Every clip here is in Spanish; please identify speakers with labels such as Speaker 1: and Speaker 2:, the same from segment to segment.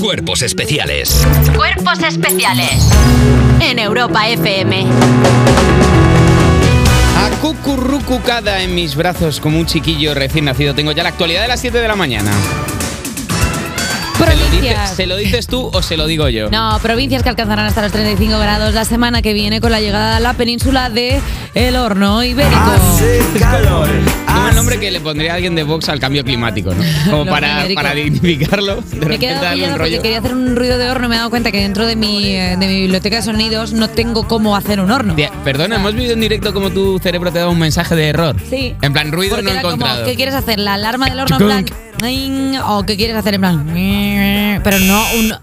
Speaker 1: Cuerpos especiales.
Speaker 2: Cuerpos especiales. En Europa FM.
Speaker 3: Acucurrucucada en mis brazos como un chiquillo recién nacido. Tengo ya la actualidad de las 7 de la mañana. ¿Se lo, dices,
Speaker 4: Provincias.
Speaker 3: ¿Se lo dices tú o se lo digo yo?
Speaker 4: No, provincias que alcanzarán hasta los 35 grados la semana que viene con la llegada a la península de El Horno Ibérico.
Speaker 3: Ah, calor. Es un nombre que le pondría a alguien de Vox al cambio climático, ¿no? Como
Speaker 4: Ah, Lo
Speaker 3: para,
Speaker 4: genérico.
Speaker 3: para dignificarlo. De
Speaker 4: Me he
Speaker 3: repente
Speaker 4: quedado
Speaker 3: darle
Speaker 4: pillada
Speaker 3: un
Speaker 4: porque
Speaker 3: rollo.
Speaker 4: quería hacer un ruido de horno y me he dado cuenta que dentro de mi, eh, de mi biblioteca de sonidos no tengo cómo hacer un horno.
Speaker 3: Tía, Perdona, hemos vivido en directo como tu cerebro te da un mensaje de error.
Speaker 4: Sí.
Speaker 3: En plan, ruido
Speaker 4: Porque
Speaker 3: no
Speaker 4: era como,
Speaker 3: encontrado.
Speaker 4: ¿Qué quieres hacer? ¿La alarma del horno en plan? "Ring", ¿O qué quieres hacer en plan? Pero no un...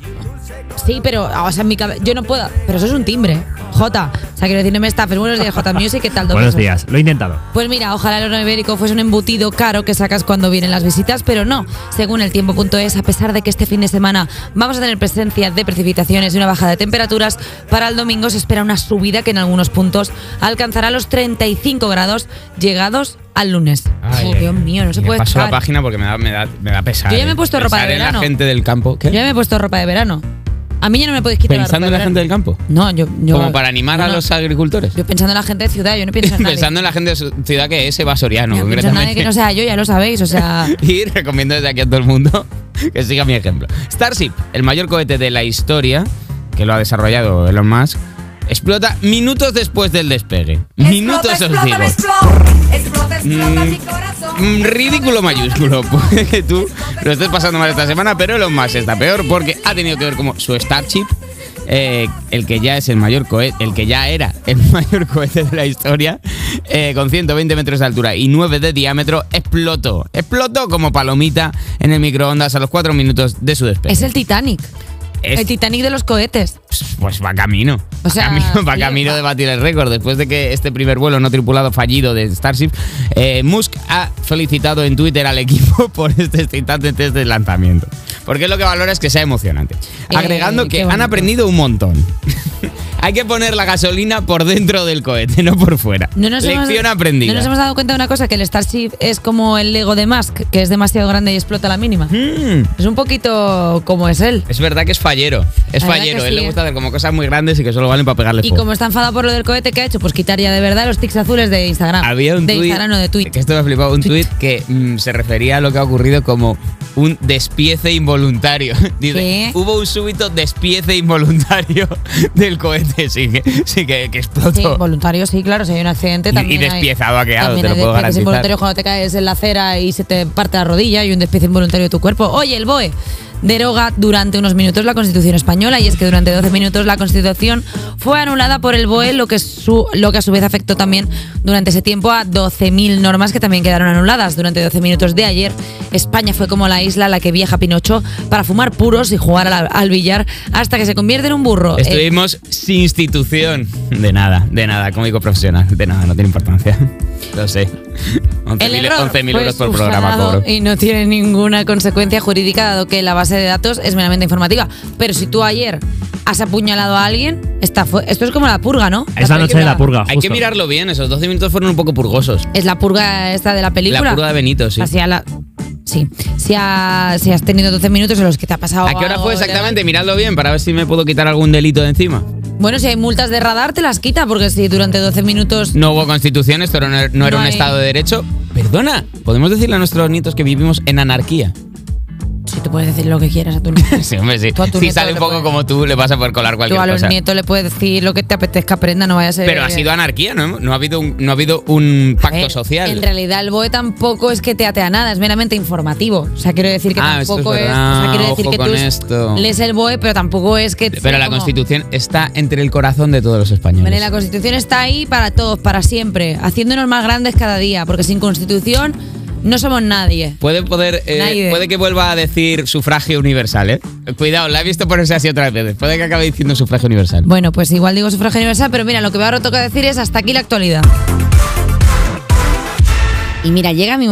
Speaker 4: Sí, pero, o sea, en mi cabeza... Yo no puedo... Pero eso es un timbre. Jota. O sea, quiero decir, no me estafes. Buenos días, Jota Music. ¿Qué tal? don
Speaker 5: Buenos
Speaker 4: Jesús?
Speaker 5: días, lo he intentado.
Speaker 4: Pues mira, ojalá el horno ibérico fuese un embutido caro que sacas cuando vienen las visitas, pero no. Según el tiempo.es, a pesar de que este fin de semana vamos a tener presencia de precipitaciones y una bajada de temperaturas, para el domingo se espera una subida que en algunos puntos alcanzará los 35 grados llegados al lunes.
Speaker 3: Ay,
Speaker 4: Oh,
Speaker 3: ay,
Speaker 4: Dios mío, no se
Speaker 3: me
Speaker 4: puede
Speaker 3: paso la
Speaker 4: estar.
Speaker 3: página porque me da, me da, me da pesar.
Speaker 4: Yo ya me he
Speaker 3: eh.
Speaker 4: puesto ropa de
Speaker 3: Pensar en
Speaker 4: verano.
Speaker 3: la gente del campo. ¿Qué?
Speaker 4: Yo ya me he puesto ropa de verano. A mí ya no me podéis quitar
Speaker 3: Pensando en
Speaker 4: la
Speaker 3: la
Speaker 4: ropa
Speaker 3: gente
Speaker 4: de
Speaker 3: del campo.
Speaker 4: verano. No, yo, yo-
Speaker 3: Como para animar
Speaker 4: yo
Speaker 3: a
Speaker 4: no.
Speaker 3: los agricultores.
Speaker 4: Yo pensando en la gente de ciudad, yo no pienso en nadie.
Speaker 3: Pensando en la gente de su ciudad que es
Speaker 4: Yo
Speaker 3: evasoriano,
Speaker 4: no pienso en nadie que
Speaker 3: concretamente.
Speaker 4: no sea yo, ya lo sabéis, o sea...
Speaker 3: Y recomiendo desde aquí a todo el mundo que siga mi ejemplo. Starship, el mayor cohete de la historia, que lo ha desarrollado Elon Musk, explota minutos después del despegue. Minutos os digo. Mm, mm, Ridículo mayúsculo. Puede que tú lo estés pasando mal esta semana, pero Elon Musk está peor porque ha tenido que ver como su Starship. eh, el que ya es el mayor cohete, el que ya era el mayor cohete de la historia, eh, con 120 metros de altura y 9 de diámetro, explotó. Explotó como palomita en el microondas a los 4 minutos de su despegue.
Speaker 4: Es el Titanic.
Speaker 3: Es-
Speaker 4: El Titanic de los cohetes.
Speaker 3: Pues va camino.
Speaker 4: O sea,
Speaker 3: va camino, va
Speaker 4: flipa.
Speaker 3: camino de batir el récord. Después de que este primer vuelo no tripulado fallido de Starship, eh, Musk ha felicitado en Twitter al equipo por este excitante test de lanzamiento. Porque lo que valora es que sea emocionante.
Speaker 4: Eh,
Speaker 3: Agregando
Speaker 4: qué
Speaker 3: que han
Speaker 4: bonito.
Speaker 3: aprendido un montón. Hay que poner la gasolina por dentro del cohete, no por fuera.
Speaker 4: No nos
Speaker 3: Lección
Speaker 4: hemos,
Speaker 3: aprendida.
Speaker 4: No nos hemos dado cuenta de una cosa, que el Starship es como el Lego de Musk, que es demasiado grande y explota a la mínima.
Speaker 3: Mm.
Speaker 4: Es un poquito como es él.
Speaker 3: Es verdad que es fallero. Es
Speaker 4: La verdad
Speaker 3: fallero.
Speaker 4: que
Speaker 3: Él
Speaker 4: sí,
Speaker 3: le
Speaker 4: eh.
Speaker 3: gusta hacer como cosas muy grandes y que solo valen para pegarle
Speaker 4: Y
Speaker 3: fuego.
Speaker 4: como está enfadado por lo del cohete que ha hecho, pues quitaría de verdad los tics azules de Instagram.
Speaker 3: Había un
Speaker 4: Ah, de
Speaker 3: tuit.
Speaker 4: Instagram o de Twitter.
Speaker 3: Que esto me ha flipado. Un tuit que mm, se refería a lo que ha ocurrido como un despiece involuntario. Dice,
Speaker 4: ¿Qué?
Speaker 3: hubo un súbito despiece involuntario del cohete. Sí, que, sí, que, que explotó.
Speaker 4: Sí, voluntario, sí, claro, si hay un accidente
Speaker 3: Y- y
Speaker 4: también. hay-
Speaker 3: despiezado ha quedado,
Speaker 4: también
Speaker 3: te lo
Speaker 4: hay
Speaker 3: puedo
Speaker 4: despieces
Speaker 3: garantizar.
Speaker 4: involuntarios cuando te caes en la acera y se te parte la rodilla y un despiece involuntario de tu cuerpo. Oye, el BOE deroga durante unos minutos la Constitución española y es que durante 12 minutos la Constitución fue anulada por el BOE, lo que, su- lo que a su vez afectó también durante ese tiempo a 12.000 normas que también quedaron anuladas. Durante 12 minutos de ayer, España fue como la isla a la que viaja Pinocho para fumar puros y jugar a la- al billar hasta que se convierte en un burro. Eh,
Speaker 3: Estuvimos sin institución. De nada, de nada, cómico profesional. De nada, no tiene importancia. Lo sé. 11.000 11.000
Speaker 4: error fue
Speaker 3: euros por programa,
Speaker 4: subsanado
Speaker 3: cobro.
Speaker 4: Y no tiene ninguna consecuencia jurídica, dado que la base de datos es meramente informativa. Pero si tú ayer has apuñalado a alguien, está fu- esto es como la purga, ¿no?
Speaker 5: Es la noche de la
Speaker 4: película-
Speaker 5: purga.
Speaker 3: Hay que
Speaker 5: justo.
Speaker 3: mirarlo bien, esos 12 minutos fueron un poco purgosos.
Speaker 4: Es la purga esta de la película.
Speaker 3: La purga de Benito, sí.
Speaker 4: Así a la- sí. Si, ha- si has tenido 12 minutos en los que te ha pasado.
Speaker 3: ¿A qué hora
Speaker 4: algo
Speaker 3: fue
Speaker 4: de-
Speaker 3: exactamente? Miradlo bien para ver si me puedo quitar algún delito de encima.
Speaker 4: Bueno, si hay multas de radar, te las quita, porque si durante 12 minutos.
Speaker 3: No hubo constitución, esto no, er-, no era
Speaker 4: No
Speaker 3: un
Speaker 4: hay-
Speaker 3: Estado de Derecho. Perdona, podemos decirle a nuestros nietos que vivimos en anarquía.
Speaker 4: Si tú puedes decir lo que quieras a tu nieto.
Speaker 3: Sí, hombre, sí.
Speaker 4: Tú a tu
Speaker 3: Si
Speaker 4: nieto
Speaker 3: sale un
Speaker 4: le
Speaker 3: poco
Speaker 4: puedes-
Speaker 3: como tú, le vas a poder colar
Speaker 4: Tú
Speaker 3: cualquier
Speaker 4: a los
Speaker 3: cosa.
Speaker 4: nietos le puedes decir lo que te apetezca, prenda, no vaya a ser.
Speaker 3: Pero ha sido anarquía, ¿no? No ha habido un, no ha habido un
Speaker 4: A
Speaker 3: pacto
Speaker 4: ver,
Speaker 3: social.
Speaker 4: Eh, En realidad el BOE tampoco es que te atea nada, es meramente informativo. O sea, quiero decir que
Speaker 3: Ah, esto
Speaker 4: tampoco
Speaker 3: es
Speaker 4: es,
Speaker 3: verdad, Ah,
Speaker 4: o sea, quiero decir
Speaker 3: ojo
Speaker 4: que
Speaker 3: con
Speaker 4: tú es-
Speaker 3: esto.
Speaker 4: lees el BOE, pero tampoco es que sea
Speaker 3: Pero la
Speaker 4: como-
Speaker 3: constitución está entre el corazón de todos los españoles.
Speaker 4: Vale, la Constitución está ahí para todos, para siempre, haciéndonos más grandes cada día, porque sin Constitución no somos nadie.
Speaker 3: Puede, poder, eh,
Speaker 4: Nadie.
Speaker 3: puede que vuelva a decir sufragio universal, ¿eh? Cuidado, la he visto ponerse así otras veces. Puede que acabe diciendo sufragio universal.
Speaker 4: Bueno, pues igual digo sufragio universal, pero mira, lo que ahora toca decir es hasta aquí la actualidad. Y mira, llega mi